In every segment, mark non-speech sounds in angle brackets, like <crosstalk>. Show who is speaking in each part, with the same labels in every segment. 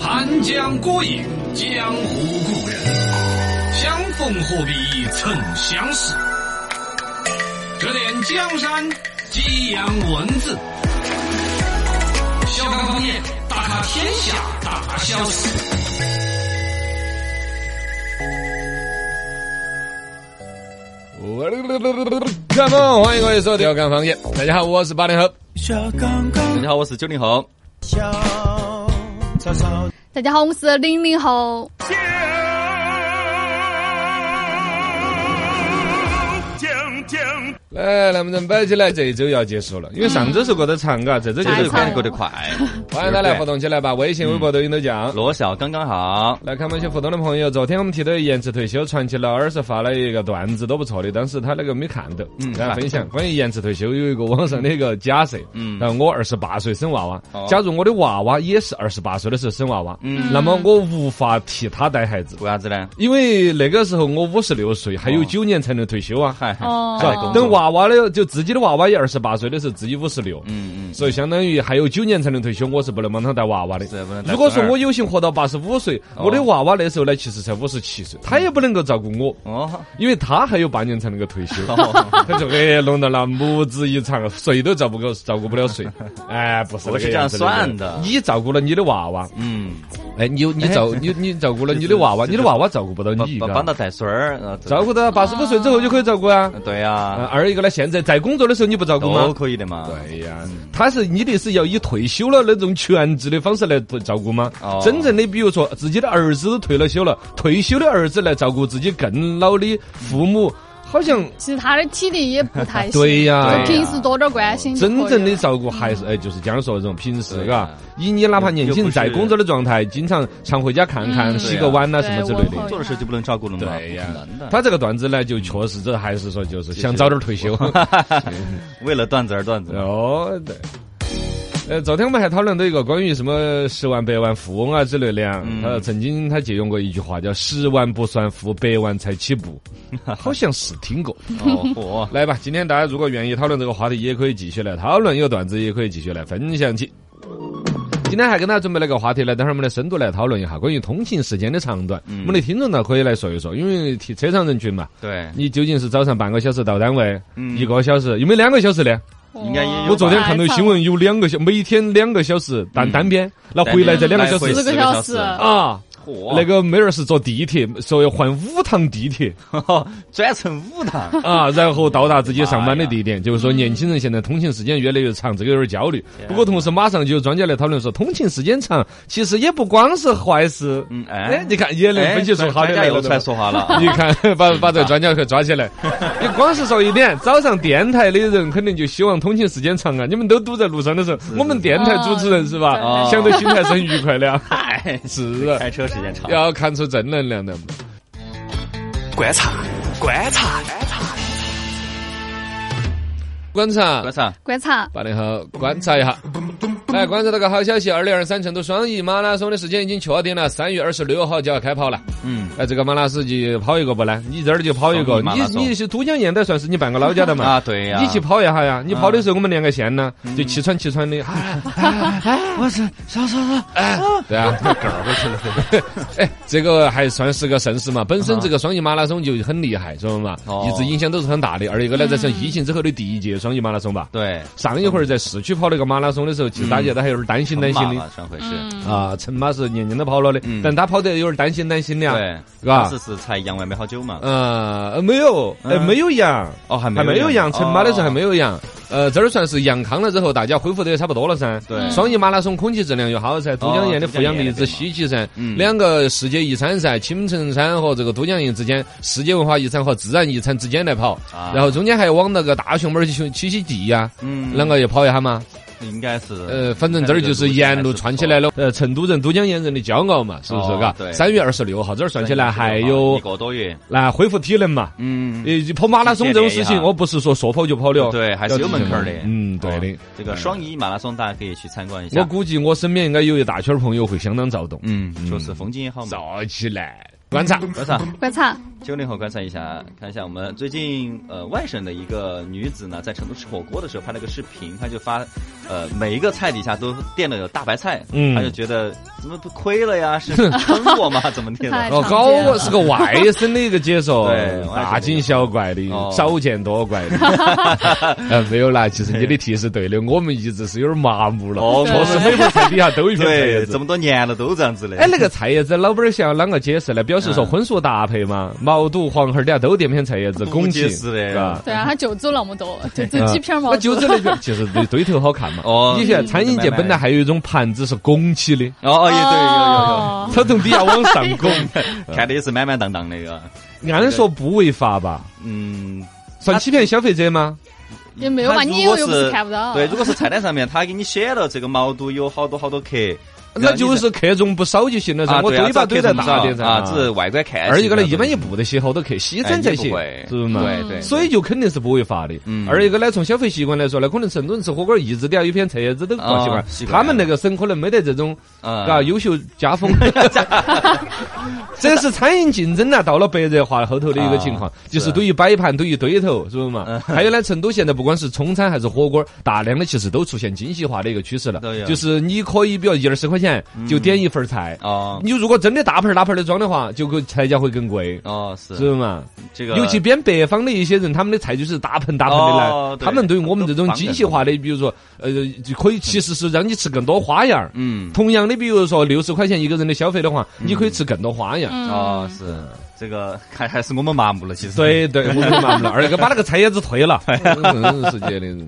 Speaker 1: 谈江孤影，江湖故人。相逢何必曾相识，指点江山，激扬文字。小刚方言，打卡天下大小事。
Speaker 2: Come on，欢迎各位收听《调侃方言》。大家好，我是八零后。
Speaker 3: 小刚刚
Speaker 4: 大家好，我是九零后。
Speaker 3: 小草草，
Speaker 5: 大家好，我是零零后。
Speaker 2: 来，那么人摆起来，这一周要结束了，因为上周是过得
Speaker 4: 嗯
Speaker 2: 长，嘎，这周就
Speaker 4: 这
Speaker 2: 是
Speaker 4: 周
Speaker 2: 快乐
Speaker 4: 感觉。过
Speaker 2: <laughs>
Speaker 4: 得快，
Speaker 2: 欢迎大家来互动起来吧，微信、微博、抖音都讲。
Speaker 4: 落笑刚刚好。
Speaker 2: 来看我们一些互动的朋友，昨天我们提到延迟退休，传奇老二是发了一个段子，都不错的，但是他那个没看到，
Speaker 4: 嗯
Speaker 2: 然后分享关于延迟退休有一个网上的一个假设，
Speaker 4: 嗯
Speaker 2: 然后我二十八岁生娃娃
Speaker 4: 哦，
Speaker 2: 假如我的娃娃也是二十八岁的时候生娃娃，
Speaker 4: 嗯
Speaker 2: 那么我无法替他带孩子，
Speaker 4: 为啥子呢？
Speaker 2: 因为那个时候我五十六岁，还有
Speaker 4: 哦
Speaker 2: 九年才能退休啊，
Speaker 4: 嗨，
Speaker 5: 哦
Speaker 4: 还在工作
Speaker 2: 等。娃娃的就自己的娃娃也二十八岁的时候，自己五十六，
Speaker 4: 嗯嗯，
Speaker 2: 所以相当于还有九年才能退休，我是不能帮他带娃娃的
Speaker 4: 是不能。带
Speaker 2: 如果说
Speaker 4: 孙儿
Speaker 2: 我有幸活到八十五岁，
Speaker 4: 哦
Speaker 2: 我的娃娃那时候呢，其实才五十七岁，他也不能够照顾我，
Speaker 4: 哦，
Speaker 2: 因为他还有八年才能够退休。
Speaker 4: 哦
Speaker 2: <laughs> 他就给弄到了母子一场，谁都照顾够，照顾不了 <laughs> 谁。哎，不是那
Speaker 4: 我
Speaker 2: 个
Speaker 4: 是这样
Speaker 2: 样子
Speaker 4: 算的
Speaker 2: 你照顾了你的娃娃，
Speaker 4: 嗯，
Speaker 2: 哎，你有你照你你照顾了 <laughs> 你的娃娃，
Speaker 4: 是
Speaker 2: 你的娃娃照顾不到
Speaker 4: 帮
Speaker 2: 你，
Speaker 4: 帮
Speaker 2: 嘎
Speaker 4: 帮他带孙儿，呃
Speaker 2: 照顾到八十五岁之后就可以照顾啊。啊
Speaker 4: 对呀，
Speaker 2: 二一个呢，现在在工作的时候你不照顾吗
Speaker 4: 都？可以的嘛。
Speaker 2: 对呀，他是你的是要以退休了那种全职的方式来照顾吗？
Speaker 4: 哦
Speaker 2: 真正的，比如说自己的儿子都退了休了，退休的儿子来照顾自己更老的父母，好像
Speaker 5: 其实他的体力也不太行，
Speaker 2: 对呀
Speaker 5: 就。平时多点关心就可以
Speaker 2: 真
Speaker 5: 了。
Speaker 2: 正的照顾还是哎，就是江说的这种平时，
Speaker 4: 对
Speaker 2: 嘎
Speaker 4: 呀，
Speaker 2: 以你哪怕年
Speaker 4: 又
Speaker 2: 轻
Speaker 4: 不是
Speaker 2: 在工作的状态，经常常回家看看，
Speaker 5: 嗯
Speaker 2: 洗个碗呐啊
Speaker 5: 对
Speaker 2: 什
Speaker 5: 呀
Speaker 2: 么之类
Speaker 5: 对
Speaker 2: 的
Speaker 5: 我。
Speaker 4: 做的时候就不能照顾了嘛？
Speaker 2: 对呀
Speaker 4: 不可能的。
Speaker 2: 他这个段子呢，就确实这还是说就是想早点退休。
Speaker 4: 为了段子而段子嘛。
Speaker 2: 哦，对。呃，昨天我们还讨论到一个关于什么十万、百万富翁啊之类的啊，
Speaker 4: 嗯
Speaker 2: 他曾经他借用过一句话叫“十万不算富，百万才起
Speaker 4: <laughs>
Speaker 2: 步”，好像是听过。
Speaker 4: 哦，嚯，
Speaker 2: 来吧，今天大家如果愿意讨论这个话题，也可以继续来讨论，有段子也可以继续来分享起。今天还给大家准备了个话题呢，等会儿我们来深度来讨论一下关于通勤时间的长短。
Speaker 4: 嗯
Speaker 2: 我们的听众呢可以来说一说，因为提车上人群嘛，
Speaker 4: 对，
Speaker 2: <laughs> 你究竟是早上半个小时到单位，
Speaker 4: 嗯
Speaker 2: 一个小时，有没有两个小时呢？
Speaker 5: 哇
Speaker 4: 应该也有
Speaker 2: 我昨天看到新，闻，有两个小，每天两个小时，但单边，那回来再两个小
Speaker 4: 嗯来回
Speaker 2: 时
Speaker 5: 四个
Speaker 4: 小
Speaker 5: 小
Speaker 4: 时
Speaker 5: 时，
Speaker 2: 啊。
Speaker 4: 嚯，
Speaker 2: 那个妹儿是坐地铁，说要换五趟地
Speaker 4: <laughs>
Speaker 2: 铁
Speaker 4: 个 <laughs> 转成
Speaker 2: <laughs>
Speaker 4: 五趟。
Speaker 2: 啊，然后到达自己上班的
Speaker 4: 哎
Speaker 2: 地点。就是说，年轻人现在通勤时间越来越长，这个有点焦虑。
Speaker 4: 嗯
Speaker 2: 不过，同时马上就有专家来讨论说，通勤时间长其实也不光是坏事。
Speaker 4: 嗯，
Speaker 2: 哎
Speaker 4: 哎，，
Speaker 2: 你看也能
Speaker 4: 哎
Speaker 2: 分析出好的
Speaker 4: 专家
Speaker 2: 来
Speaker 4: 又
Speaker 2: 了
Speaker 4: 出
Speaker 2: 对
Speaker 4: 来
Speaker 2: 吧。
Speaker 4: 说话
Speaker 2: <laughs>
Speaker 4: 了。
Speaker 2: 你看，把把这个专家给抓起来。你光是说一点，早上电台的人肯定就希望通勤时间长啊。你们都堵在路上的时候，我们电台主持人是吧？
Speaker 4: 哦
Speaker 2: 想到心态是很愉快的啊。
Speaker 4: 嗨，
Speaker 2: <laughs> 是啊，
Speaker 4: 开车时间长。
Speaker 2: 要看出正能量的。
Speaker 3: 观察观察
Speaker 2: 观察
Speaker 4: 观，察，
Speaker 5: 观察
Speaker 2: 八零后观察
Speaker 3: <laughs>
Speaker 2: 一下。来关注这个好消息，二零二三成都双一马拉松的时间已经确定了，三月二十六号就要开跑了。
Speaker 4: 嗯，
Speaker 2: 哎，这个马拉松就跑一个不呢？你这儿就跑一
Speaker 4: 双
Speaker 2: 个，
Speaker 4: 一马
Speaker 2: 你
Speaker 4: 拉松
Speaker 2: 你是都江堰都算是你半个老家的嘛？
Speaker 4: 啊，对呀，
Speaker 2: 你去跑一下呀！你跑的时候，我们连个线呢，就气喘气喘的。哎，我是啥啥啥？哎，对啊，哎，这个还算是个盛事嘛。本身这个双一马拉松就很厉害，知道嘛？
Speaker 4: 哦
Speaker 2: 一直影响都是很大的。二一个呢，这是疫情之后的第一届双一马拉松吧。
Speaker 4: 对，
Speaker 2: 上一会儿在市区跑那个马拉松的时候，其实大家都还有点担心担心的。
Speaker 4: 的，上回是，
Speaker 2: 啊，陈妈是年年都跑了的，
Speaker 4: 嗯
Speaker 2: 但她跑得有点担心担心的啊。
Speaker 4: 对，
Speaker 2: 是吧
Speaker 4: 当时是才阳完没好久嘛，
Speaker 2: 呃，没有，哎，
Speaker 4: 嗯
Speaker 2: 没有羊。
Speaker 4: 哦，还
Speaker 2: 还没有
Speaker 4: 阳
Speaker 2: 阳，成马的时候还没
Speaker 4: 有
Speaker 2: 有阳。呃，这儿算是阳康了之后，大家恢复的也差不多了噻。
Speaker 4: 哦对
Speaker 2: 双一马拉松空气质量又好噻，都江堰的
Speaker 4: 嗯哦
Speaker 2: 富氧
Speaker 4: 都江堰
Speaker 2: 离
Speaker 4: 那
Speaker 2: 子
Speaker 4: 边
Speaker 2: 稀奇噻
Speaker 4: 嗯，
Speaker 2: 两个世界遗产噻，青城山和这个都江堰之间，世界文化遗产和自然遗产之间来跑，
Speaker 4: 啊
Speaker 2: 然后中间还往那个大熊猫儿去栖息地呀，
Speaker 4: 嗯，
Speaker 2: 啷个也跑一下嘛。
Speaker 4: 个应该是
Speaker 2: 呃，反正这儿就是沿路串起来了，呃，成都人、都江堰人的骄傲嘛，是不是？
Speaker 4: 嗯哦
Speaker 2: 嘎，
Speaker 4: 对
Speaker 2: 三月二十六号这儿算起来还有
Speaker 4: 一个多月，
Speaker 2: 来恢复体能嘛。
Speaker 4: 嗯，
Speaker 2: 呃，跑马拉松这种事
Speaker 4: 体检一
Speaker 2: 情，
Speaker 4: 下
Speaker 2: 我不是说说跑就跑的哦，
Speaker 4: 对，还是有门槛儿的，
Speaker 2: 嗯，对
Speaker 4: 哦
Speaker 2: 的。
Speaker 4: 这个双一马拉松大家可以去参观一下，
Speaker 2: 我估嗯计我身边应该有一大圈朋友会相当躁动，
Speaker 4: 嗯，确实风景也好嘛，
Speaker 2: 躁起来。观察，
Speaker 4: 观察，
Speaker 5: 观察
Speaker 4: 九零后观察一下，看一下我们最近呃外省的一个女子呢，在成都吃火锅的时候拍了个视频，她就发，呃每一个菜底下都垫了有大白菜，
Speaker 2: 嗯
Speaker 4: 她就觉得怎么不亏了
Speaker 2: <laughs>
Speaker 4: 呀？是坑我吗？
Speaker 5: <laughs>
Speaker 4: 怎么的？，
Speaker 5: 太
Speaker 2: 哦，
Speaker 5: 常
Speaker 2: 高
Speaker 5: 见
Speaker 2: 我
Speaker 5: 了
Speaker 2: 是个外省的一个解说
Speaker 4: <laughs> 对
Speaker 2: 大惊小怪的
Speaker 4: 哦，
Speaker 2: 少见多怪的。
Speaker 4: <laughs>
Speaker 2: 呃， <laughs> 没有啦，其实你的提示对的，我们一直是有点麻木了，
Speaker 4: 哦
Speaker 2: 确实每盘菜底下都有一片菜叶
Speaker 4: <laughs> 对，这
Speaker 2: 子。
Speaker 4: 么多年了都这样子的。
Speaker 2: 哎，那个菜叶子老板儿想要啷个解释呢？表
Speaker 4: 嗯
Speaker 2: 示说荤素搭配嘛，毛肚、黄喉底下都垫片菜叶子，
Speaker 4: 不
Speaker 2: 拱
Speaker 4: 解
Speaker 2: 起，
Speaker 4: 释的
Speaker 2: 是吧？
Speaker 4: 嗯
Speaker 5: 对啊，他就走那么多，就这
Speaker 4: 啊
Speaker 5: 几片
Speaker 2: <laughs>
Speaker 5: 毛
Speaker 2: 那
Speaker 5: 肚
Speaker 2: 就。这
Speaker 4: <laughs>
Speaker 2: 那个，其实对堆头好看嘛。
Speaker 4: 哦
Speaker 2: 你像餐饮界
Speaker 4: 嗯
Speaker 2: 本来还有一种盘子是拱起的，
Speaker 4: 哦，也对，有
Speaker 5: 哦
Speaker 2: 它从底下往上
Speaker 4: <laughs>
Speaker 2: 拱，
Speaker 4: 有有，看的也是满满当当的一个，
Speaker 2: 按说不违法吧？
Speaker 4: 嗯。
Speaker 2: 算欺骗消费者吗？
Speaker 5: 也没有吧？
Speaker 4: 他如
Speaker 5: 你
Speaker 4: 果
Speaker 5: 又又不
Speaker 4: 是
Speaker 5: 是看不到。
Speaker 4: 对，如果是菜单上面他给你写了这个毛肚有好多好多克，
Speaker 2: 那就是克重不少就行了噻，
Speaker 4: 啊，
Speaker 2: 我
Speaker 4: 对啊
Speaker 2: 嘴巴
Speaker 4: 这
Speaker 2: 堆
Speaker 4: 个
Speaker 2: 在
Speaker 4: 克重
Speaker 2: 大点噻。
Speaker 4: 啊，只是外观看起来。
Speaker 2: 二一个呢，一般也不得写好多克，西餐才
Speaker 4: 哎也
Speaker 2: 写
Speaker 4: 不会，
Speaker 2: 是不是嘛？
Speaker 5: 嗯
Speaker 4: 对对
Speaker 2: 所以就肯定是不违法的。
Speaker 4: 嗯
Speaker 2: 二一个呢，从消费习惯来说呢，可能成都人吃火锅一直底下有片菜叶子都挂习
Speaker 4: 哦习
Speaker 2: 惯，
Speaker 4: 惯
Speaker 2: 他们那个省可能没得这种
Speaker 4: 嗯
Speaker 2: 啊优秀家
Speaker 4: <laughs>
Speaker 2: 风。这是餐饮竞争啊呐，到了白热化后头的一个情况
Speaker 4: 啊，
Speaker 2: 就是
Speaker 4: 是嗯
Speaker 2: 对于摆盘，对于堆头，是不是嘛？ <laughs> 还有呢，成都现在不管是中餐还是火锅，大量的其实都出现精细化的一个趋势了
Speaker 4: 都有，嗯
Speaker 2: 就是你可以比如一二十块钱就点一份菜，
Speaker 4: 哦
Speaker 2: 你如果真的大盆大盆的装的话，就个菜价会更贵，
Speaker 4: 哦
Speaker 2: 是
Speaker 4: 是
Speaker 2: 不是嘛？
Speaker 4: 这个，
Speaker 2: 尤其偏北方的一些人，他们的菜就是大盆大盆的
Speaker 4: 哦
Speaker 2: 来，
Speaker 4: 对
Speaker 2: 他们对于我们这种精细化的，比如说呃，就可以其实是让你吃更多花样儿。
Speaker 4: 嗯
Speaker 2: 同样的，比如说六十块钱一个人的消费的话，你可以吃更多花样儿。
Speaker 4: 哦
Speaker 5: 嗯，
Speaker 4: 是这个还还是我们麻木了，其实
Speaker 2: 对对，我们麻木了，二个把那个菜叶子退了，嗯是这样的。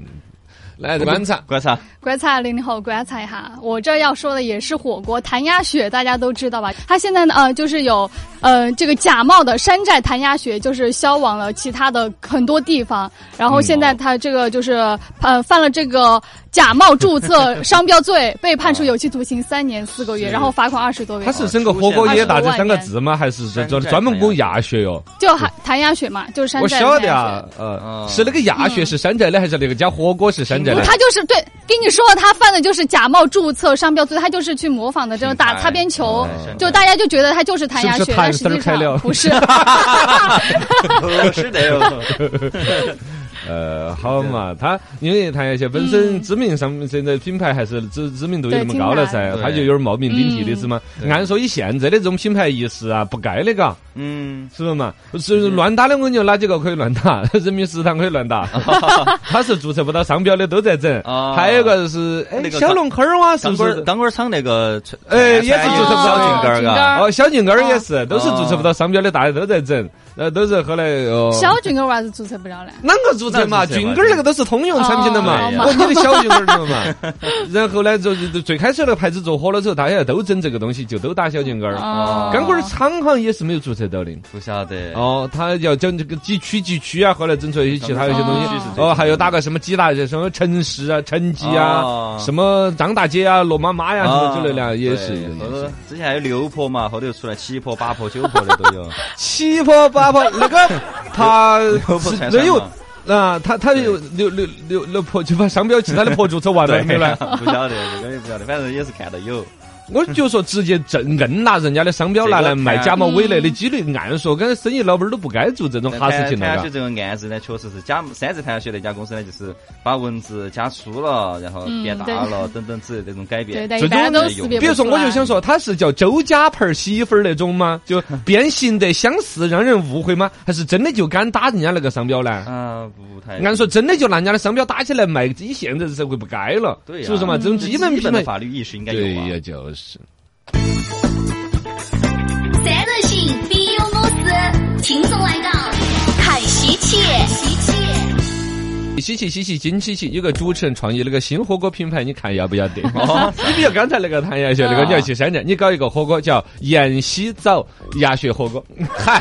Speaker 2: 来，观察，<laughs>
Speaker 4: 观察
Speaker 5: 观察零零后，观察一下，我这儿要说的也是火锅谭鸭血，大家都知道吧？它现在呢，呃，就是有呃这个假冒的山寨谭鸭血，就是销往了其他的很多地方。然后现在它这个就是呃犯了这个假冒注册商标罪，被判处有期徒刑三年四个月，
Speaker 4: 是
Speaker 5: 然后罚款二十多
Speaker 2: 它
Speaker 5: 元。
Speaker 2: 是整个火锅也打这三个
Speaker 5: 25万
Speaker 2: 字吗？还是专专门供鸭血哟？
Speaker 5: 就韩谭鸭血嘛，就是山
Speaker 2: 我
Speaker 5: 寨
Speaker 2: 晓
Speaker 5: 的
Speaker 2: 得
Speaker 5: 鸭血
Speaker 2: 啊。，呃
Speaker 4: 哦，
Speaker 2: 是那个鸭血是山寨的，还是那个家火锅是山寨
Speaker 5: 不
Speaker 2: 的？
Speaker 5: 他就是对，跟你说他犯的就是假冒注册商标罪，他就是去模仿的这种打擦边球，就大家就觉得他就是弹牙
Speaker 2: 哦是不
Speaker 5: 血，
Speaker 2: 是
Speaker 5: 但
Speaker 2: 碳
Speaker 5: 实际
Speaker 2: 丝儿开料
Speaker 5: 上
Speaker 2: <laughs>
Speaker 5: 不是。啊
Speaker 4: 不是的哟，
Speaker 2: 呃，好嘛，它因为它一些本身知名上面现在品牌还是知知名度有那么高了噻
Speaker 4: 对，挺大的
Speaker 2: 它就有点冒名顶替的是吗？
Speaker 4: 嗯对
Speaker 2: 按说以现在的这种品牌意识啊，不该的嘎，
Speaker 4: <laughs> 嗯，
Speaker 2: 是不是嘛？是乱打的，我跟你说，哪几个可以乱打？ <laughs> 人民食堂可以乱 <laughs> 打，它是注册不到商标的都在整
Speaker 4: 啊。
Speaker 2: 还有一个是哎
Speaker 4: 那个
Speaker 2: 小龙坎儿哇，是
Speaker 4: 钢
Speaker 2: 不
Speaker 4: 管儿
Speaker 2: 是？
Speaker 4: 钢管儿厂那个，
Speaker 2: 哎也是注册不到
Speaker 4: 小井盖儿啊
Speaker 5: 井盖
Speaker 4: 嘎
Speaker 5: 儿，
Speaker 2: 哦，小井盖儿也是，都是注册不到商标的，大家都在整，呃，都是后来哦。
Speaker 5: 小俊哥娃子注册不了嘞，
Speaker 2: 啷个注册嘛？
Speaker 4: 哪个注册
Speaker 2: 菌根儿那个都是通用产品的嘛，
Speaker 5: 哦
Speaker 2: 哦，你的小菌根儿的嘛。 <laughs> 然后呢，就就最开始那个牌子做火了之后，大家都整这个东西，就都打小菌根儿。
Speaker 5: 哦，
Speaker 2: 钢管儿厂行也是没有注册到的。
Speaker 4: 不晓得，
Speaker 2: 哦，他要整这个几区几区啊，后来整出来一些其他一些东西
Speaker 5: 哦是。这
Speaker 2: 哦，还有打个什么几大什么城市啊、城际啊
Speaker 4: 哦、
Speaker 2: 什么张大姐啊、罗妈妈呀什
Speaker 5: 哦
Speaker 2: 么之类的啊，
Speaker 4: 啊
Speaker 2: 也是
Speaker 4: 对
Speaker 2: 有
Speaker 4: 后
Speaker 2: 也是
Speaker 4: 头之前还有六婆嘛，后头又出来七婆、八婆、九婆的都
Speaker 2: <laughs>
Speaker 4: 有，
Speaker 2: 七婆八婆那个
Speaker 5: <laughs>
Speaker 2: 他
Speaker 4: 六
Speaker 2: <laughs>
Speaker 4: 婆
Speaker 2: 是
Speaker 4: 传
Speaker 2: 没
Speaker 4: 山
Speaker 2: 有
Speaker 4: 嘛。
Speaker 2: 啊，他他有六六六六婆就把商标其他
Speaker 5: <laughs>
Speaker 2: 的婆注册完了没有呢？
Speaker 4: <laughs> 不晓得，这个也不晓得，反正也是看到有。
Speaker 2: 我就说直接正摁拿人家的商标拿来卖假冒伪劣的几率，按说跟生意老板儿都不该做这种哈事情了，
Speaker 4: 谭小
Speaker 2: 嘎
Speaker 4: 雪。这个案子呢，确实是假山寨谭小雪那家公司呢，就是把文字加粗了，然后
Speaker 5: 嗯
Speaker 4: 变大了，等等之类的这种改
Speaker 5: 对，
Speaker 4: 变。
Speaker 5: 但一
Speaker 2: 最终
Speaker 5: 般都
Speaker 4: 的
Speaker 5: 识
Speaker 4: 有
Speaker 5: 别
Speaker 2: 比
Speaker 5: 不
Speaker 2: 如说，
Speaker 5: 出
Speaker 2: 我就
Speaker 5: 来
Speaker 2: 想说，他是叫周家牌儿洗衣粉儿那种
Speaker 4: <laughs>
Speaker 2: 吗？就变形得相似，让人误会吗？还是真的就敢打人家那个商标呢？
Speaker 4: 啊，不太。
Speaker 2: 按说真的就拿人家的商标打起来卖，这现在社会不该了，
Speaker 4: 对呀嗯
Speaker 2: 是不是嘛？这种基本
Speaker 4: 基
Speaker 2: 品
Speaker 4: 本的
Speaker 2: 牌，
Speaker 4: 法律意识应该有啊。
Speaker 2: 就是。
Speaker 6: 三人行必有我师，轻松来搞，看稀奇，稀奇。
Speaker 2: 稀奇稀奇，金稀奇！有个主持人创业了个新火锅品牌，你看要不
Speaker 4: <laughs>
Speaker 2: 要得？
Speaker 4: 哦，
Speaker 2: 你比如刚才那个谭鸭血，那个你要去山寨，你搞一个火锅叫延禧枣鸭血火锅， <laughs> 嗨，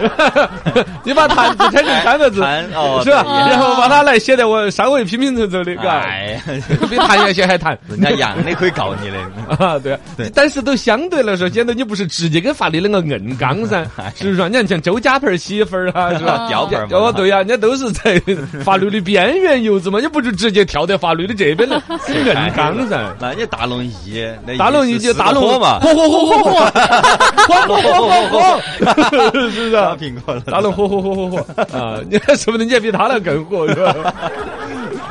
Speaker 2: 你把它拆成三个字
Speaker 4: 谭哦，
Speaker 2: 是吧？
Speaker 4: 对
Speaker 2: 然后把它来写得我稍微平平仄仄的，嘎，
Speaker 4: 哎，
Speaker 2: <laughs> 比谭鸭血还弹。
Speaker 4: 人家养的可以告你的。
Speaker 2: <laughs> 啊，对啊，但是都相对来说，显得你不是直接跟法律那个硬刚
Speaker 4: <laughs>
Speaker 2: 噻，
Speaker 4: 哎
Speaker 2: 是不是啊？你看像周家牌儿媳妇儿啊，是吧？
Speaker 4: 标牌儿嘛
Speaker 2: 哦，对呀、人家都是在法律的边缘油子嘛，你不就直接跳到法律的这
Speaker 4: <laughs>
Speaker 2: 边来？硬刚噻。
Speaker 4: 那你大龙一，那
Speaker 2: 大龙
Speaker 4: 一
Speaker 2: 一
Speaker 4: 是
Speaker 2: 就大
Speaker 4: 四个
Speaker 2: 龙 <laughs>
Speaker 4: 火嘛，
Speaker 2: 火火火火火火
Speaker 4: <laughs>
Speaker 2: 火火火火， <laughs> 是不是啊
Speaker 4: 大？苹果了，
Speaker 2: 大龙火火火火火啊！你看说不定你还比他那更火是
Speaker 4: <laughs>
Speaker 2: 吧？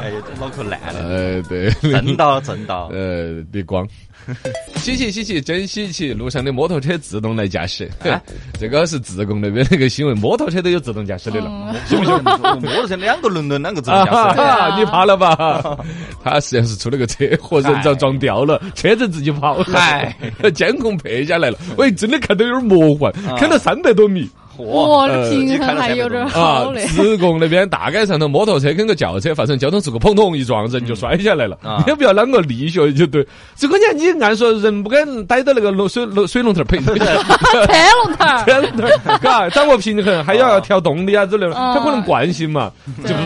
Speaker 4: 哎呀，这脑壳烂了，
Speaker 2: 呃，对，
Speaker 4: 正道正道，
Speaker 2: 呃，绿光。 <laughs> 稀奇稀奇，真稀奇！路上的摩托车自动来驾驶， <laughs> 这个是自贡那边那个新闻，摩托车都有自动驾驶的了。
Speaker 5: 嗯，
Speaker 4: 是不是？摩托车两个轮轮，两个自动
Speaker 2: 啊
Speaker 4: 驾
Speaker 2: 哈
Speaker 4: 驶，
Speaker 2: 哈，
Speaker 5: 啊
Speaker 2: <laughs> 你怕了吧？他实际上是出了个车祸，人遭撞掉了，车子自己跑了
Speaker 4: 嗨，
Speaker 2: 监控拍下来了。喂，真的看得有点魔幻，看到三百多米
Speaker 5: 我
Speaker 2: 呃
Speaker 5: 的
Speaker 4: 你
Speaker 5: 平
Speaker 4: 看
Speaker 5: 衡
Speaker 4: 了
Speaker 5: 还
Speaker 4: 才
Speaker 5: 有
Speaker 4: 懂
Speaker 5: 点
Speaker 4: 啊
Speaker 2: 啊
Speaker 5: <laughs> 好！嘞。
Speaker 2: 自贡那边大街上头摩托车跟个轿车发生交通事故，砰砰一撞，人就摔下来了
Speaker 4: 嗯啊。
Speaker 2: 你也不要啷个力学就对。最关键你按说人不敢逮到那个龙水龙水
Speaker 4: <laughs>
Speaker 2: 龙头儿， <laughs> 呸，
Speaker 4: 啊
Speaker 5: 天龙头儿，
Speaker 2: 天龙头儿，嘎，掌握平衡，还要调动力啊之类的，
Speaker 5: 嗯
Speaker 2: 它可能惯性嘛。就
Speaker 5: 对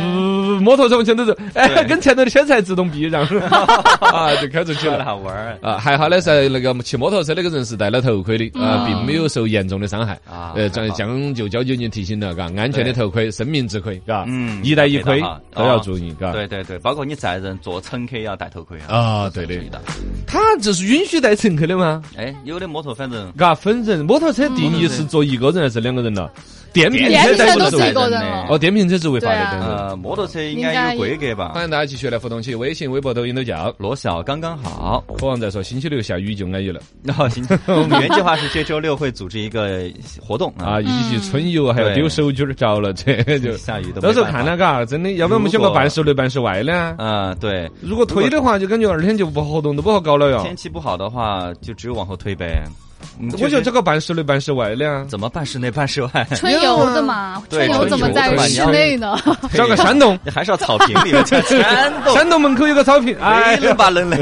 Speaker 2: 摩托车往前头走，哎，
Speaker 4: 对
Speaker 2: 跟前头的车才自动避让，
Speaker 4: <laughs>
Speaker 2: <laughs> 啊，就开出去
Speaker 4: 转了
Speaker 2: 了。
Speaker 4: 下弯儿，
Speaker 2: 啊，还好的是那个骑摩托车那个人是戴了头盔的，啊，并没有受严重的伤害。
Speaker 4: 啊
Speaker 2: 呃，
Speaker 4: 还
Speaker 2: 将
Speaker 4: 好
Speaker 2: 将就交警已经提醒了，嘎，安全的
Speaker 4: 对
Speaker 2: 头盔，生命之盔，哎嘎，
Speaker 4: 嗯
Speaker 2: 一戴一盔
Speaker 4: 要戴的哈
Speaker 2: 都要注意，嘎。
Speaker 4: 对对对，包括你载人坐乘客也要戴头盔啊，
Speaker 2: 啊，对
Speaker 4: 注意
Speaker 2: 的
Speaker 4: 的。。
Speaker 2: 他这是允许戴乘客的吗？
Speaker 4: 哎，有的摩托反正
Speaker 2: 嘎，分人，摩托车定义是坐一个人还是两个人了？电瓶
Speaker 5: 电
Speaker 2: 车
Speaker 5: 瓶
Speaker 2: 带
Speaker 5: 车
Speaker 2: 不
Speaker 5: 都
Speaker 2: 走
Speaker 5: 是一个人
Speaker 4: 载人
Speaker 5: 了
Speaker 4: 呢。
Speaker 2: 哦，电瓶车是违法
Speaker 5: 对啊
Speaker 2: 的。对对
Speaker 4: 呃，摩托车应该有规格
Speaker 2: 欢
Speaker 4: 吧？
Speaker 2: 迎大家继续来互动起，微信、微博、抖音都叫。
Speaker 4: 罗小刚刚好，
Speaker 2: 渴望在说星期六下雨就安逸了
Speaker 4: 然后行，我们原计划是这周六会组织一个活动啊
Speaker 2: 啊，，一起去春游还要丢手绢儿着了，这 <laughs> 就
Speaker 4: 嗯下雨都
Speaker 2: 到时候
Speaker 4: 没办法
Speaker 2: 看了嘎，真的，要不然我们先把办室内办室外呢。
Speaker 4: 嗯，对，
Speaker 2: 如果推的话，就感觉二天就不活动都不好搞了哟
Speaker 4: 天。气不好的话，就只有往后推呗。嗯
Speaker 2: 我觉得
Speaker 4: 是
Speaker 2: 这个办室内办室外呢，
Speaker 4: 怎么办室内办室外， <laughs>
Speaker 5: 春游哎的嘛，
Speaker 4: 对
Speaker 5: 春游怎么在室内呢？
Speaker 4: <laughs>
Speaker 2: 找个山洞，
Speaker 4: 你还是要草坪里面，
Speaker 2: <laughs>
Speaker 4: 全都
Speaker 2: 山洞门口有个草坪，哎
Speaker 4: 哎，，冷吧
Speaker 2: <laughs>
Speaker 4: 冷嘞。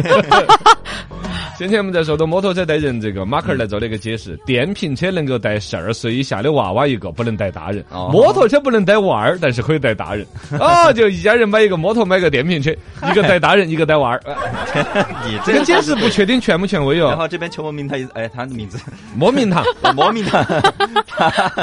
Speaker 2: 先前我们在说到摩托车带人这个，马克儿来做了一个解释：电瓶车能够带十二岁以下的娃娃一个，不能带大人；
Speaker 4: 哦
Speaker 2: 摩托车不能带娃儿，但是可以带大
Speaker 4: <laughs>
Speaker 2: 人。哦，就一家人买一个摩托，买个电瓶车，一个带大人，一个带娃儿。
Speaker 4: 你
Speaker 2: 这
Speaker 4: <laughs> 这
Speaker 2: 个解释不确定全不权威
Speaker 4: 然
Speaker 2: 哦。
Speaker 4: 后这边邱文明他一哎，他的名字
Speaker 2: 莫名
Speaker 4: <laughs>
Speaker 2: 堂，
Speaker 4: 摩明他，他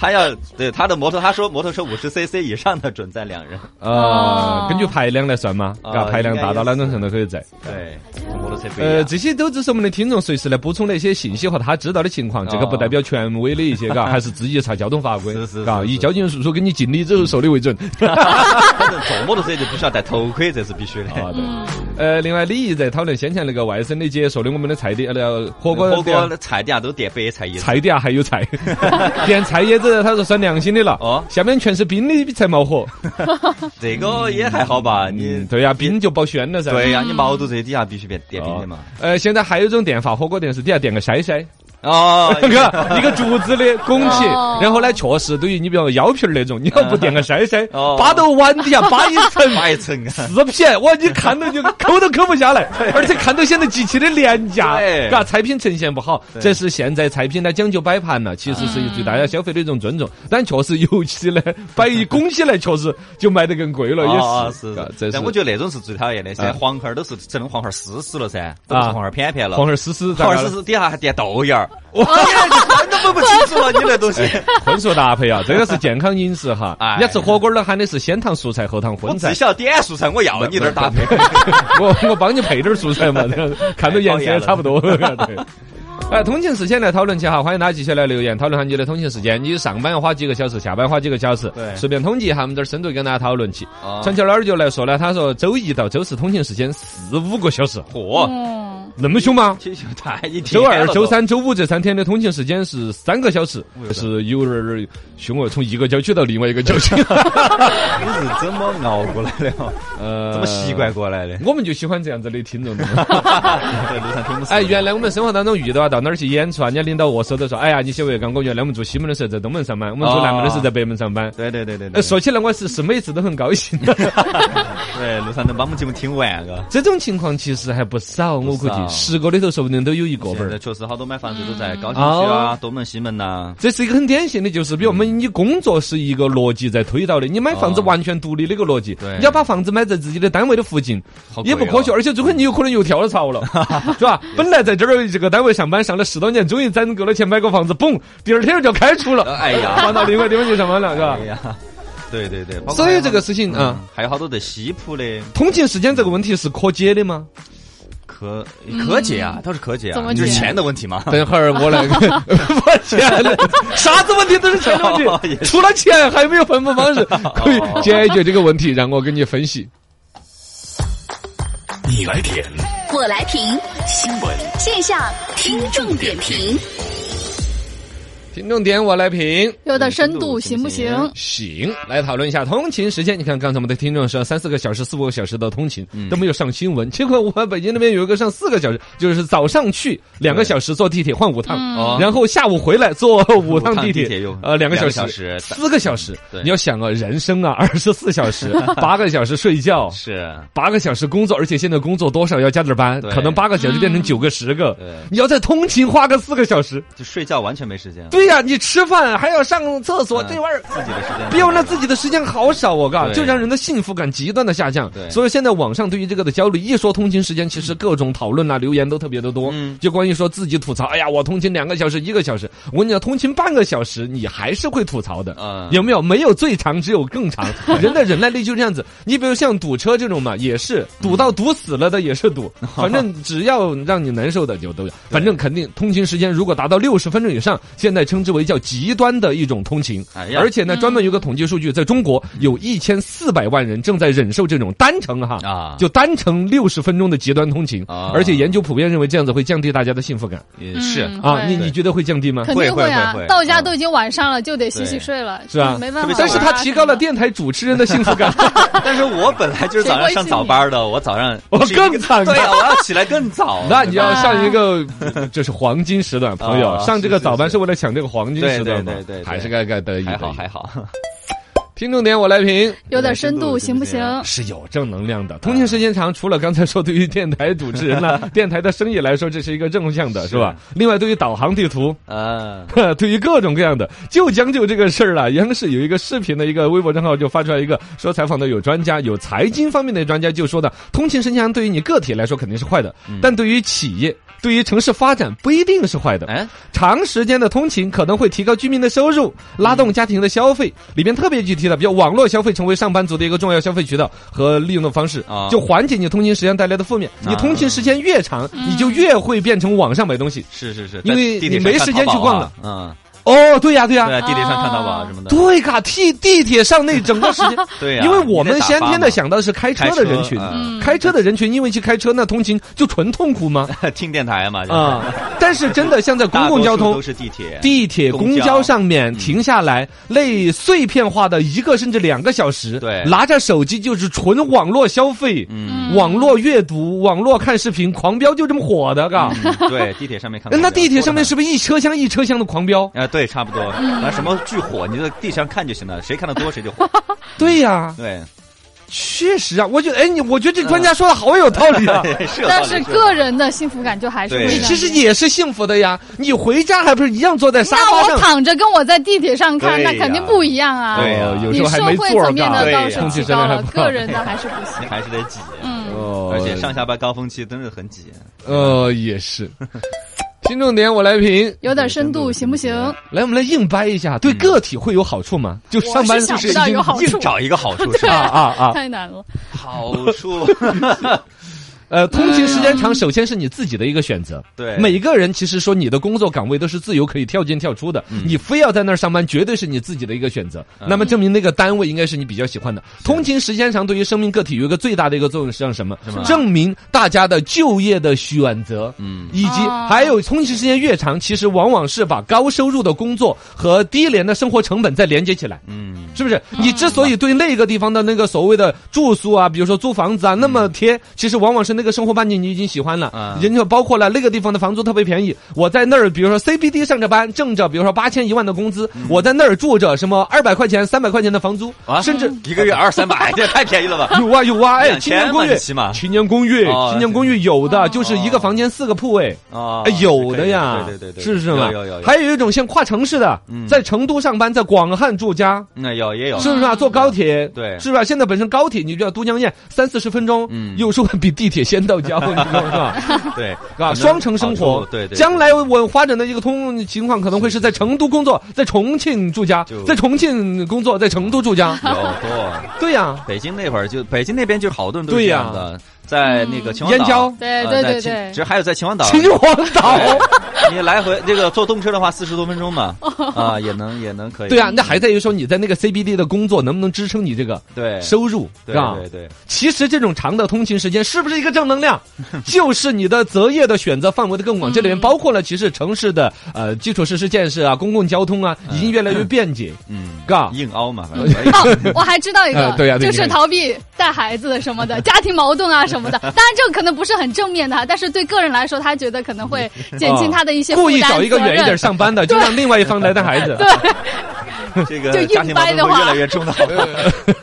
Speaker 4: 他要对他的摩托，他说摩托车五十 CC 以上的准载两人。
Speaker 2: 呃
Speaker 5: 哦，
Speaker 2: 根据排量来算嘛，啊
Speaker 4: 哦
Speaker 2: 嘎，排量达到
Speaker 4: 应该
Speaker 2: 哪
Speaker 4: 也是
Speaker 2: 种程度可以载？
Speaker 4: 对，摩托车不一
Speaker 2: 呃，
Speaker 4: 样。
Speaker 2: 这些都只是我们的听众随时来补充的一些信息和他知道的情况，这个
Speaker 4: 哦
Speaker 2: 不代表权威的一
Speaker 4: <laughs>
Speaker 2: 些，嘎，还是自己查交通法规
Speaker 4: 是是，是
Speaker 2: 嘎，
Speaker 4: 是
Speaker 2: 以交警叔叔给你敬礼之后受理为准。
Speaker 4: 反正坐摩托车就必须要戴头盔，这是必须的。
Speaker 2: 啊，对。 <laughs> 呃，另外李毅在讨论先前那个外甥的解说的我们的菜的呃火锅
Speaker 4: 火
Speaker 2: 店
Speaker 4: 锅菜底下都垫白菜叶子，
Speaker 2: 菜底下还有 <laughs>
Speaker 4: <laughs>
Speaker 2: 菜，点菜叶子他说算良心的了，
Speaker 4: 哦
Speaker 2: 下面全是冰的才冒火，
Speaker 4: 这个也还好吧？你
Speaker 2: 嗯，对呀，冰就保鲜了噻。
Speaker 4: 对呀，你毛肚这底下必须变垫冰
Speaker 2: 哦
Speaker 4: 的嘛。
Speaker 2: 呃，现在还有一种店发火锅店是底下垫个筛筛，
Speaker 4: 哦，
Speaker 2: <laughs> 那个一个竹子的拱起
Speaker 5: 哦，
Speaker 2: 然后呢，确实对于你比如腰皮儿那种，你要不垫个筛筛
Speaker 4: 哦，
Speaker 2: 扒到碗底下扒一层，
Speaker 4: 八一层啊。
Speaker 2: <laughs> 四片，哇！你看
Speaker 4: <laughs>
Speaker 2: 到就抠都抠不下来，而且看到显得极其的廉价，
Speaker 4: 对
Speaker 2: 嘎，菜品呈现不好。
Speaker 4: 对
Speaker 2: 这是现在菜品呢讲究摆盘了，其实是对大家消费的一种尊重，
Speaker 4: 嗯
Speaker 2: 但确实尤其呢摆一拱起来，确实就卖得更贵了，
Speaker 4: 哦
Speaker 2: <laughs> 也
Speaker 4: 哦是
Speaker 2: 嘎
Speaker 4: 是，
Speaker 2: 这是
Speaker 4: 但我觉得那种是最讨厌的。现在黄花儿都是整的黄花儿丝丝了噻，都不是
Speaker 2: 啊
Speaker 4: 黄花儿片片了。
Speaker 2: 黄花丝丝，
Speaker 4: 黄花儿丝丝底下还垫豆芽儿，哇，你都分不清楚了，你那东西。
Speaker 2: 荤素搭配啊，这个是健康饮食哈。
Speaker 4: <laughs> 哎
Speaker 2: 人家吃火锅儿呢喊的是先糖蔬菜后糖
Speaker 4: 我
Speaker 2: 荤
Speaker 4: 只
Speaker 2: 菜，
Speaker 4: 晓得点蔬菜，我要你那儿
Speaker 2: <laughs>
Speaker 4: 搭配。
Speaker 2: 我我帮你配点儿蔬菜
Speaker 4: <laughs>
Speaker 2: 嘛，这样看到颜色也差不多。对。哎，通勤时间来讨论一下哈，欢迎大家继续来留言讨论下你的通勤时间，你上班要花几个小时，下班花几个小时，
Speaker 4: 对
Speaker 2: 随便统计一下，我们这儿深度跟大家讨论起。
Speaker 4: 哦
Speaker 2: 传球老二就来说了，他说周一到周四通勤时间四五个小时，
Speaker 4: 嚯，
Speaker 5: 嗯，
Speaker 2: 那么凶吗？
Speaker 4: <laughs> 这就太一天
Speaker 2: 周二、
Speaker 4: 了
Speaker 2: 周
Speaker 4: 都， <laughs>
Speaker 2: 三、周五这三天的通勤时间是三个小时，是有点儿 <laughs> 凶哦，从一个郊区到另外一个郊区。
Speaker 4: 你是怎么熬过来的？
Speaker 2: 呃，
Speaker 4: 怎么习惯过来
Speaker 2: <laughs>
Speaker 4: 的？
Speaker 2: 我们就喜欢这样子的
Speaker 4: <laughs>
Speaker 2: 听众。
Speaker 4: 在路上听不
Speaker 2: 哎，原来我们生活当中遇到啊，到哪儿去演出啊，人家领导握手都说，哎呀，你晓不晓得？我原来我们做西门的时候在东门上班，我们做南门的时候在北门上班。
Speaker 4: 对对对对
Speaker 2: 呃，
Speaker 4: 对，
Speaker 2: 说起来我是是每次都很高兴。
Speaker 4: <laughs>
Speaker 2: 哎
Speaker 4: 对路上能把我们节目听完个。
Speaker 2: 这种情况其实还不少，我估
Speaker 4: 不少
Speaker 2: 计十个里头说不定都有一个
Speaker 4: 现
Speaker 2: 本
Speaker 4: 在
Speaker 2: 儿。
Speaker 4: 确实好多买房子都在高新区啊、
Speaker 2: 哦
Speaker 4: 东门、西门呐、
Speaker 2: 这是一个很典型的，就是比如我们你工作是一个逻辑在推导的，你买房子
Speaker 4: 哦
Speaker 2: 完全独立的一个逻辑，
Speaker 4: 对
Speaker 2: 你要把房子买在自己的单位的附近，
Speaker 4: 好贵
Speaker 2: 也
Speaker 4: 哦
Speaker 2: 不科学，而且最后你有可能又跳了
Speaker 4: <laughs>
Speaker 2: 槽了，是吧？本来在这儿这个单位上班上了十多年，终于攒
Speaker 4: <laughs>
Speaker 2: 够了钱买个房子，嘣，第二天就开除了，
Speaker 4: 哎呀
Speaker 2: <laughs> 换到另外地方去上班了，是吧
Speaker 4: 哎？呀，对对对，包括
Speaker 2: 所以这个
Speaker 4: 还有
Speaker 2: 事情
Speaker 4: 好多
Speaker 2: 啊，
Speaker 4: 嗯还有好多的西普的
Speaker 2: 通勤时间这个问题是可解的
Speaker 4: <laughs>
Speaker 2: 吗？
Speaker 4: 可
Speaker 2: 嗯
Speaker 4: 可解啊，倒是可解啊，
Speaker 5: 怎么
Speaker 4: 就
Speaker 5: 解
Speaker 4: 是钱的问题嘛。
Speaker 2: 等会儿我来，我钱了， <laughs> 啥子问题都是钱
Speaker 4: <laughs>
Speaker 2: 的问
Speaker 4: 哦也
Speaker 2: 题，
Speaker 4: 是哦
Speaker 2: 除了钱还有没有分布方
Speaker 4: <laughs>
Speaker 2: 式可以解决这个问题，让我给你分析。
Speaker 3: 你来点
Speaker 6: 我来评
Speaker 3: 新闻，
Speaker 6: 线下听众点评。
Speaker 2: 听众点我来评。
Speaker 5: 有的深度行
Speaker 4: 行
Speaker 5: 不
Speaker 4: 不
Speaker 5: 行
Speaker 4: 行？
Speaker 2: 行，来讨论一下通勤时间。你看，刚才我们的听众说三四个小时、四五个小时的通勤
Speaker 4: 嗯
Speaker 2: 都没有上新闻，结果我们北京那边有一个上四个小时，就是早上去两个小时坐地铁换五趟，
Speaker 4: 哦
Speaker 2: 嗯然后下午回来坐五趟
Speaker 4: 趟
Speaker 2: 地
Speaker 4: 地
Speaker 2: 铁，
Speaker 4: 铁又
Speaker 2: 呃两个
Speaker 4: 两
Speaker 2: 小
Speaker 4: 个
Speaker 2: 时，
Speaker 4: 小时
Speaker 2: 四个小时。
Speaker 4: 对
Speaker 2: 你要想啊，人生啊，二 <laughs> 十四小
Speaker 4: <laughs>
Speaker 2: 时，八个小时睡觉。
Speaker 4: 是，
Speaker 2: 八个小时工作，而且现在工作多少要加点班，
Speaker 4: 对嗯
Speaker 2: 可能八个小时变成九个、十个
Speaker 4: 对。
Speaker 2: 你要在通勤花个四个小时，
Speaker 4: 就睡觉完全没时间，
Speaker 2: 对呀、你吃饭还要上厕所，
Speaker 4: 嗯
Speaker 2: 这玩意儿
Speaker 4: 自己的时间
Speaker 2: 利用了自己的时间好少，我告诉你，
Speaker 4: 对
Speaker 2: 就让人的幸福感极端的下降。
Speaker 4: 对
Speaker 2: 所以现在网上对于这个的焦虑，一说通勤时间，其实各种讨论啊、留言都特别的多。
Speaker 4: 嗯
Speaker 2: 就关于说自己吐槽，哎呀，我通勤两个小时、一个小时，我跟你讲，通勤半个小时，你还是会吐槽的。
Speaker 4: 嗯
Speaker 2: 有没有？没有最长，只有更
Speaker 4: <laughs>
Speaker 2: 长。人的忍耐力就这样子。你比如像堵车这种嘛，也是
Speaker 4: 嗯
Speaker 2: 堵到堵死了的，也是
Speaker 4: <laughs>
Speaker 2: 堵。反正只要让你难受的就都有。反正肯定通勤时间如果达到六十分钟以上，现在称之为叫极端的一种通勤。
Speaker 4: 哎呀
Speaker 2: 而且呢，专门有个统计数据，在中国有一千四百万人正在忍受这种单程哈。
Speaker 4: 啊，
Speaker 2: 就单程六十分钟的极端通勤，
Speaker 4: 啊
Speaker 2: 而且研究普遍认为这样子会降低大家的幸福感
Speaker 4: 也是
Speaker 2: <laughs>
Speaker 5: 嗯
Speaker 2: 啊！
Speaker 5: 对
Speaker 2: 你你觉得会降低吗？
Speaker 5: 肯定啊
Speaker 4: 会会会！会嗯
Speaker 5: 到家都已经晚上了，就得洗洗
Speaker 4: 对
Speaker 5: 睡了，
Speaker 2: 是啊
Speaker 5: 没办
Speaker 4: 特
Speaker 5: 法
Speaker 4: 别
Speaker 5: 玩
Speaker 4: 是
Speaker 5: 啊。
Speaker 2: 但是他提高了
Speaker 5: 什么的
Speaker 2: 电台主持人的幸福
Speaker 4: <laughs>
Speaker 2: 感。
Speaker 4: 但是我本来就是早上上早班的，我早上
Speaker 2: 我更 <laughs> 惨
Speaker 4: 对呀，我要起来更早
Speaker 2: <laughs> 。那你要上一个， <laughs> 这是黄金时段，朋友
Speaker 4: 啊
Speaker 2: 上这个
Speaker 4: 是是
Speaker 2: 早班
Speaker 4: 是
Speaker 2: 是为了抢这个黄金时段吗
Speaker 4: 对对对对对
Speaker 2: 还是该该得意
Speaker 4: <laughs> 还好
Speaker 2: 得意
Speaker 4: 还好， <laughs>
Speaker 2: 听众点我来评。
Speaker 5: 有点深度行
Speaker 4: 行
Speaker 5: 不
Speaker 4: 不
Speaker 5: 行
Speaker 4: 行？
Speaker 2: 是有正能量的，通勤时间长，除了刚才说对于电台主持人 <laughs> 呢、电台的生意来说，这是一个正向的，是吧？另外，对于导航地图，
Speaker 4: 嗯，
Speaker 2: 呵 <laughs> 对于各种各样的，就将就这个事儿了。央视有一个视频的一个微博账号就发出来一个，说采访的有专家，有财经方面的专家就说的，通勤时间对于你个体来说肯定是坏的，但对于企业。对于城市发展不一定是坏的，
Speaker 4: 哎，
Speaker 2: 长时间的通勤可能会提高居民的收入，拉动家庭的消费。里面特别具体的，比如网络消费成为上班族的一个重要消费渠道和利用的方式
Speaker 4: 啊，
Speaker 2: 就缓解你通勤时间带来的负面。你通勤时间越长，你就越会变成网上买东西。
Speaker 4: 是是是，
Speaker 2: 因为
Speaker 4: 在地铁
Speaker 2: 你
Speaker 4: 上
Speaker 2: 没
Speaker 4: 看
Speaker 2: 时间
Speaker 4: 淘宝
Speaker 2: 去逛
Speaker 4: 啊
Speaker 2: 了，
Speaker 4: 嗯，
Speaker 2: 哦，对呀，对呀，
Speaker 4: 对，地铁上看淘宝
Speaker 5: 啊
Speaker 4: 啊什么的，
Speaker 2: 对嘎，地地铁上那整个时间，
Speaker 4: <laughs> 对呀，
Speaker 2: 因为我们
Speaker 4: 你在打
Speaker 2: 先
Speaker 4: 发
Speaker 2: 天的
Speaker 4: 嘛
Speaker 2: 想到是开车
Speaker 4: 开
Speaker 2: 的人群，
Speaker 4: 嗯
Speaker 5: 嗯
Speaker 2: 开车的人群因为去开车那通勤就纯痛苦吗？
Speaker 4: <laughs> 听电台嘛，就是
Speaker 2: 啊、但是真的像在公
Speaker 4: 大
Speaker 2: 共
Speaker 4: 多
Speaker 2: 交
Speaker 4: 数
Speaker 2: 通
Speaker 4: 都、是地铁，
Speaker 2: 地铁、
Speaker 4: 公
Speaker 2: 公
Speaker 4: 交
Speaker 2: 交上面停下来，类碎片化的一个甚至两个小时，
Speaker 4: 对
Speaker 2: 拿着手机就是纯网络消费，
Speaker 4: 嗯
Speaker 2: 网络阅读、网络看视频，狂飙就这么火的，嘎。
Speaker 4: 嗯对，地铁上面看
Speaker 2: 哎
Speaker 4: 广告，
Speaker 2: <laughs> 那地铁上面
Speaker 4: 多
Speaker 2: 是不是一车厢一车厢的狂飙？
Speaker 4: 得很啊，对，差不多，那什么巨火，你在地铁上看就行了，谁看的多谁就 <laughs> 火，
Speaker 2: 对呀、
Speaker 4: 对，
Speaker 2: 确实啊，我觉得，哎，你我觉得这专家说的好有道理
Speaker 4: <laughs>
Speaker 2: 啊。
Speaker 4: 是有道
Speaker 5: 但
Speaker 4: 理
Speaker 5: 是
Speaker 4: 有道
Speaker 5: 个人的幸福感就还是
Speaker 4: 对
Speaker 5: 不一
Speaker 2: 你
Speaker 5: 样的。
Speaker 2: 其实也是幸福的呀，你回家还不是一样坐在沙
Speaker 5: 那
Speaker 2: 发
Speaker 5: 我
Speaker 2: 上？
Speaker 5: 躺着跟我在地铁上看，
Speaker 4: 对
Speaker 5: 那
Speaker 4: 呀
Speaker 5: 肯定不一样啊。
Speaker 4: 对呀
Speaker 2: 哎有
Speaker 5: 你
Speaker 2: 时候还
Speaker 5: 社
Speaker 2: 没
Speaker 5: 会
Speaker 2: 座儿
Speaker 5: 层面的
Speaker 4: 对
Speaker 5: 倒
Speaker 4: 呀
Speaker 5: 是
Speaker 2: 通勤
Speaker 5: 提
Speaker 2: 时间
Speaker 5: 高
Speaker 2: 还
Speaker 5: 了，
Speaker 2: 不
Speaker 5: 个人的还是不
Speaker 4: 理
Speaker 5: 行。
Speaker 4: 还是得挤，
Speaker 5: 嗯，
Speaker 2: 哦
Speaker 4: 而且上下班高峰期真的很挤，
Speaker 2: 呃也是。 <laughs> 听众点我来评，
Speaker 5: 有点深度行不行？
Speaker 2: 来我们来硬掰一下，对个体会有好处吗？就上班
Speaker 5: 我
Speaker 2: 就
Speaker 5: 是想不
Speaker 2: 是
Speaker 5: 到
Speaker 2: 已经
Speaker 5: 有好处
Speaker 4: 硬找一个好处是
Speaker 2: 啊
Speaker 4: 吧？
Speaker 2: 啊啊！
Speaker 5: 太难了。
Speaker 4: <laughs> 好处，
Speaker 2: 呃，通勤时间长，首先是你自己的一个选择。
Speaker 4: 对
Speaker 2: 每个人其实说你的工作岗位都是自由可以跳进跳出的，你非要在那儿上班，绝对是你自己的一个选择。那么证明那个单位应该是你比较喜欢的。通勤时间长对于生命个体有一个最大的一个作用是让什么
Speaker 4: 什么？
Speaker 2: 证明大家的就业的选择。
Speaker 4: 嗯，
Speaker 2: 以及
Speaker 5: 哦
Speaker 2: 还有通勤时间越长，其实往往是把高收入的工作和低廉的生活成本再连接起来。
Speaker 4: 嗯，
Speaker 2: 是不是？你之所以对那个地方的那个所谓的住宿啊，比如说租房子啊，那么贴，其实往往是那个生活半径你已经喜欢了
Speaker 4: 嗯，
Speaker 2: 人家包括了那个地方的房租特别便宜。我在那儿，比如说 CBD 上着班，挣着比如说八千一万的工资，我在那儿住着什么二百块钱、三百块钱的房租，
Speaker 4: <laughs> 嗯啊，
Speaker 2: 甚
Speaker 4: <laughs>
Speaker 2: 至。
Speaker 4: 一个月二三百，这也太便宜了 <laughs> 吧？
Speaker 2: 有啊有啊，哎，
Speaker 4: 两
Speaker 2: 青
Speaker 4: 千
Speaker 2: 年公
Speaker 4: 嘛
Speaker 2: 寓
Speaker 4: 你起码，
Speaker 2: 青年公寓，
Speaker 4: 哦
Speaker 2: 青年公寓有的就是一个房间四个铺位，
Speaker 4: 啊
Speaker 2: 哎，有的呀，
Speaker 4: 对对对对，
Speaker 2: 是不是嘛
Speaker 4: 有有有？有，嗯
Speaker 2: 还有一种像跨城市的，在成都上班，在广汉住家，
Speaker 4: 那有也有，
Speaker 2: 是不是啊？坐高铁，
Speaker 4: 哦对
Speaker 2: 是吧？现在本身高铁你就要都江堰三四十分钟，
Speaker 4: 嗯
Speaker 2: 有时候还比地铁仙道教，
Speaker 4: <laughs>
Speaker 2: 你知道吧？
Speaker 4: 对，
Speaker 2: 啊，双城生活，
Speaker 4: 哦对对，
Speaker 2: 将来我发展的一个通情况可能会是在成都工作，在重庆住家
Speaker 4: 就，
Speaker 2: 在重庆工作，在成都住
Speaker 4: <laughs>
Speaker 2: 家，
Speaker 4: 有多。
Speaker 2: 对呀，
Speaker 4: 北京那会儿就北京那边就好多人都是
Speaker 2: 对
Speaker 4: 这
Speaker 2: 呀
Speaker 4: 样的，在那个秦皇
Speaker 2: 燕郊
Speaker 4: 岛，
Speaker 5: 对
Speaker 4: 呃
Speaker 5: 对
Speaker 4: 在
Speaker 5: 对
Speaker 4: 秦
Speaker 5: 对
Speaker 4: 其实还有在秦皇岛，
Speaker 2: 秦皇
Speaker 4: 哎
Speaker 2: 岛，
Speaker 4: 你来回这个坐动车的话，四十多分钟嘛，
Speaker 5: 哦
Speaker 4: 啊，也能也能可以。
Speaker 2: 对呀，那还在于说你在那个 CBD 的工作能不能支撑你这个
Speaker 4: 对
Speaker 2: 收入，是
Speaker 4: 对
Speaker 2: 吧？
Speaker 4: 对对，
Speaker 2: 其实这种长的通勤时间是不是一个正能
Speaker 5: <laughs>
Speaker 2: 量？就是你的择业的选择范围的更广，这
Speaker 5: 嗯
Speaker 2: 里面包括了其实城市的呃基础设施建设啊、公共交通啊，
Speaker 5: 嗯
Speaker 2: 已经越来越便捷，
Speaker 4: 嗯，
Speaker 2: 嘎、
Speaker 4: 硬凹嘛，反正哎可以
Speaker 2: <laughs>
Speaker 5: 哦，我还知道一个
Speaker 2: 呃，对呀对
Speaker 5: 就
Speaker 2: 你
Speaker 5: 是
Speaker 2: 看
Speaker 5: 逃避带孩子什么
Speaker 2: <laughs>
Speaker 5: 的，家庭矛盾啊什么的。当然，这个可能不是很正面的哈，但是对个人来说，他觉得可能会减轻他的一些
Speaker 2: 哦
Speaker 5: 负
Speaker 2: 故意
Speaker 5: 担
Speaker 2: 找一个
Speaker 5: 责任
Speaker 2: 远一点上班的，就让另外一方来带孩子。
Speaker 4: 这个
Speaker 5: 就硬
Speaker 4: 家庭矛
Speaker 5: 掰
Speaker 4: 盾
Speaker 5: 的
Speaker 4: 会
Speaker 5: 话
Speaker 4: 越来越重
Speaker 2: <laughs>
Speaker 4: 的。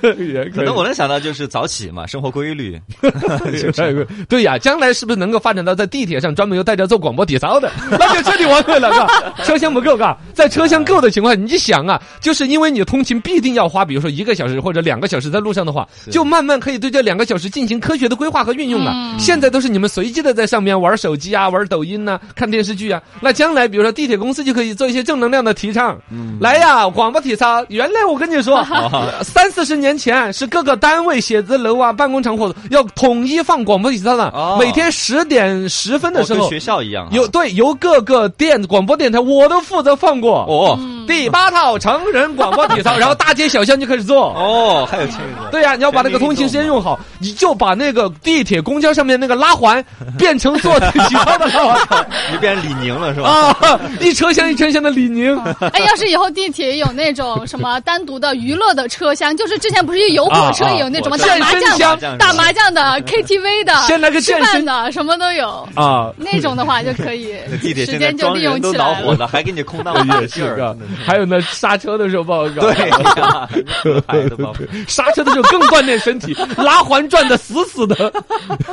Speaker 2: 对，
Speaker 4: 可能我能想到就是早起嘛，生活规律。
Speaker 2: 对 <laughs> 对呀，将来是不是能够发展到在地铁上专门又带着做广播体操的？ <laughs> 那就彻底完美了，嘎。 <laughs> 车厢不够，嘎。在车厢够的情况下，你想啊，就是因为你通勤必定要花，比如说一个小时或者两个小时在路上的话，就慢慢可以对这两个小时进行科学的规划和运用啊了。现在都是你们随机的在上面玩手机啊、玩抖音呐、看电视剧啊。那将来比如说地铁公司就可以做一些正能量的提倡，
Speaker 4: 嗯
Speaker 2: 来呀，广播体操。原来我跟你
Speaker 4: <laughs>
Speaker 2: 说，
Speaker 4: 啊
Speaker 2: 三四十年前是各个单位、写字楼啊、办公场所要统一放广播体操的，
Speaker 4: 哦
Speaker 2: 每天十点十分的
Speaker 4: 哦
Speaker 2: 时
Speaker 4: 跟
Speaker 2: 候，
Speaker 4: 学校一样啊，
Speaker 2: 有对由各个电广播电台我都负责放过。
Speaker 4: 哦
Speaker 5: 嗯
Speaker 2: 第八套成人广播体
Speaker 4: <laughs>
Speaker 2: 操，然后大街小巷就开始做。
Speaker 4: 哦，还有这个，
Speaker 2: 对呀、你要把那个通勤时间用好，你就把那个地铁、公交上面那个拉环变成做体操的拉
Speaker 4: <laughs>
Speaker 2: 环
Speaker 4: 你变成李宁了是吧？
Speaker 2: 啊，一车厢一车厢的李宁。
Speaker 5: <laughs> 哎，要是以后地铁有那种什么单独的娱乐的车厢，就是之前不是有火车
Speaker 2: 啊啊
Speaker 5: 也有那种
Speaker 4: 我
Speaker 5: 嘛
Speaker 4: 知道
Speaker 5: 打麻
Speaker 2: 健身
Speaker 5: 将
Speaker 4: 箱，
Speaker 5: 的、打麻将的、KTV 的、
Speaker 2: 先来个
Speaker 5: 吃
Speaker 2: 健
Speaker 5: 饭
Speaker 2: 身
Speaker 5: 的，什么都有。
Speaker 2: 啊，
Speaker 5: 那种的话就可以
Speaker 4: <laughs> 地铁
Speaker 5: 时
Speaker 4: 现在
Speaker 5: 间就
Speaker 4: 装
Speaker 5: 利用
Speaker 4: 人都
Speaker 5: 起
Speaker 4: 恼
Speaker 5: 来
Speaker 4: 火
Speaker 5: 了。
Speaker 4: 了，还给你
Speaker 2: <laughs>
Speaker 4: 空荡一劲
Speaker 2: 是
Speaker 4: 儿。嗯
Speaker 2: 啊，还有呢，刹车的时候不好搞。
Speaker 4: 对
Speaker 2: <laughs>
Speaker 4: 呀， <laughs> 哎都帮不上
Speaker 2: 刹车的时候更锻炼
Speaker 4: <laughs>
Speaker 2: 身体，拉环转的死死的。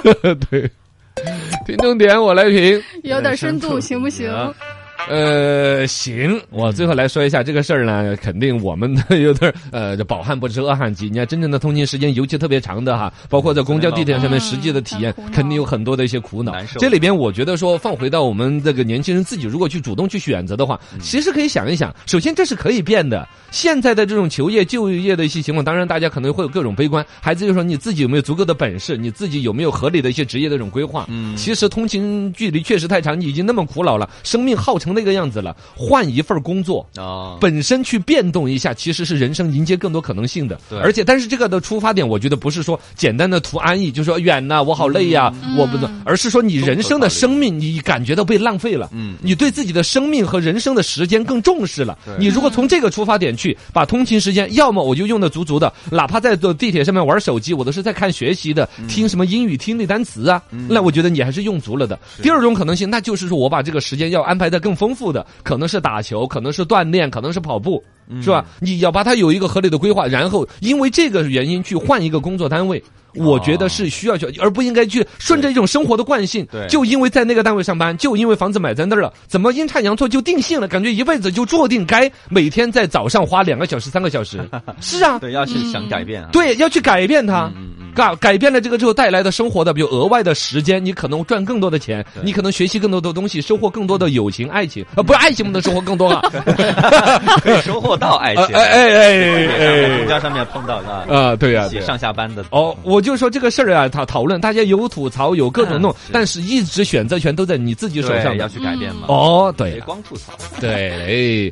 Speaker 2: <laughs> 对，听众点我来评，
Speaker 5: 有点深度行不行？
Speaker 4: 啊
Speaker 2: 呃，行，我最后来说一下这个事儿呢，肯定我们的有点儿呃，这饱汉不知饿汉饥。你看，真正的通勤时间尤其特别长的哈，包括在公交、地铁上面
Speaker 5: 嗯
Speaker 2: 实际的体验
Speaker 5: 很苦，恼
Speaker 2: 肯定有很多的一些苦恼
Speaker 4: 难。受
Speaker 2: 这里边我觉得说，放回到我们这个年轻人自己，如果去主动去选择的话，
Speaker 4: 嗯
Speaker 2: 其实可以想一想，首先这是可以变的。现在的这种求业、就业的一些情况，当然大家可能会有各种悲观。孩子就说你自己有没有足够的本事，你自己有没有合理的一些职业的这种规划。
Speaker 4: 嗯
Speaker 2: 其实通勤距离确实太长，你已经那么苦恼了，生命耗成那个样子了，换一份工作。
Speaker 4: 哦，
Speaker 2: 本身去变动一下，其实是人生迎接更多可能性的。
Speaker 4: 对
Speaker 2: 而且但是这个的出发点，我觉得不是说简单的图安逸，就说远呐、我好累呀、我不能，而是说你人生的生命，你感觉到被浪费了。
Speaker 4: 嗯
Speaker 2: 你对自己的生命和人生的时间更重视了
Speaker 4: 对。
Speaker 2: 你如果从这个出发点去把通勤时间，要么我就用的足足的，哪怕在坐地铁上面玩手机，我都是在看学习的，
Speaker 4: 嗯
Speaker 2: 听什么英语听力单词啊，那我觉得你还是用足了的。第二种可能性，那就是说我把这个时间要安排的更丰富的，可能是打球，可能是锻炼，可能是跑步。
Speaker 4: 嗯
Speaker 2: 是吧？你要把它有一个合理的规划，然后因为这个原因去换一个工作单位，
Speaker 4: 哦
Speaker 2: 我觉得是需要去，而不应该去顺着一种生活的惯性
Speaker 4: 对，
Speaker 2: 就因为在那个单位上班，就因为房子买在那儿了，怎么阴差阳错就定性了？感觉一辈子就注定该每天在早上花两个小时、三个小
Speaker 4: <laughs>
Speaker 2: 时。是啊，
Speaker 4: 对，要是
Speaker 5: 嗯
Speaker 4: 想改变啊，
Speaker 2: 对，要去改变它
Speaker 4: 嗯嗯。
Speaker 2: 改改变了这个之后带来的生活的，比如额外的时间，你可能赚更多的钱，你可能学习更多的东西，收获更多的友情、爱情，呃，不是爱情不能收获更多
Speaker 4: <laughs>
Speaker 2: 了，
Speaker 4: 可以收获到爱
Speaker 2: 呃
Speaker 4: 情。啊
Speaker 2: 哎哎哎
Speaker 4: 在公
Speaker 2: 哎，
Speaker 4: 交上面碰到啊，
Speaker 2: 啊，对呀、
Speaker 4: 一起
Speaker 2: 对呀
Speaker 4: 上下班的
Speaker 2: 哦，我就说这个事儿啊，讨讨论，大家有吐槽，有各种弄
Speaker 4: 嗯，是
Speaker 2: 但是一直选择权都在你自己手
Speaker 4: 对
Speaker 2: 上的
Speaker 4: 要。去改变嘛。
Speaker 2: 哦，对
Speaker 4: 别
Speaker 2: 了，
Speaker 4: 光吐槽。
Speaker 2: 对，哎。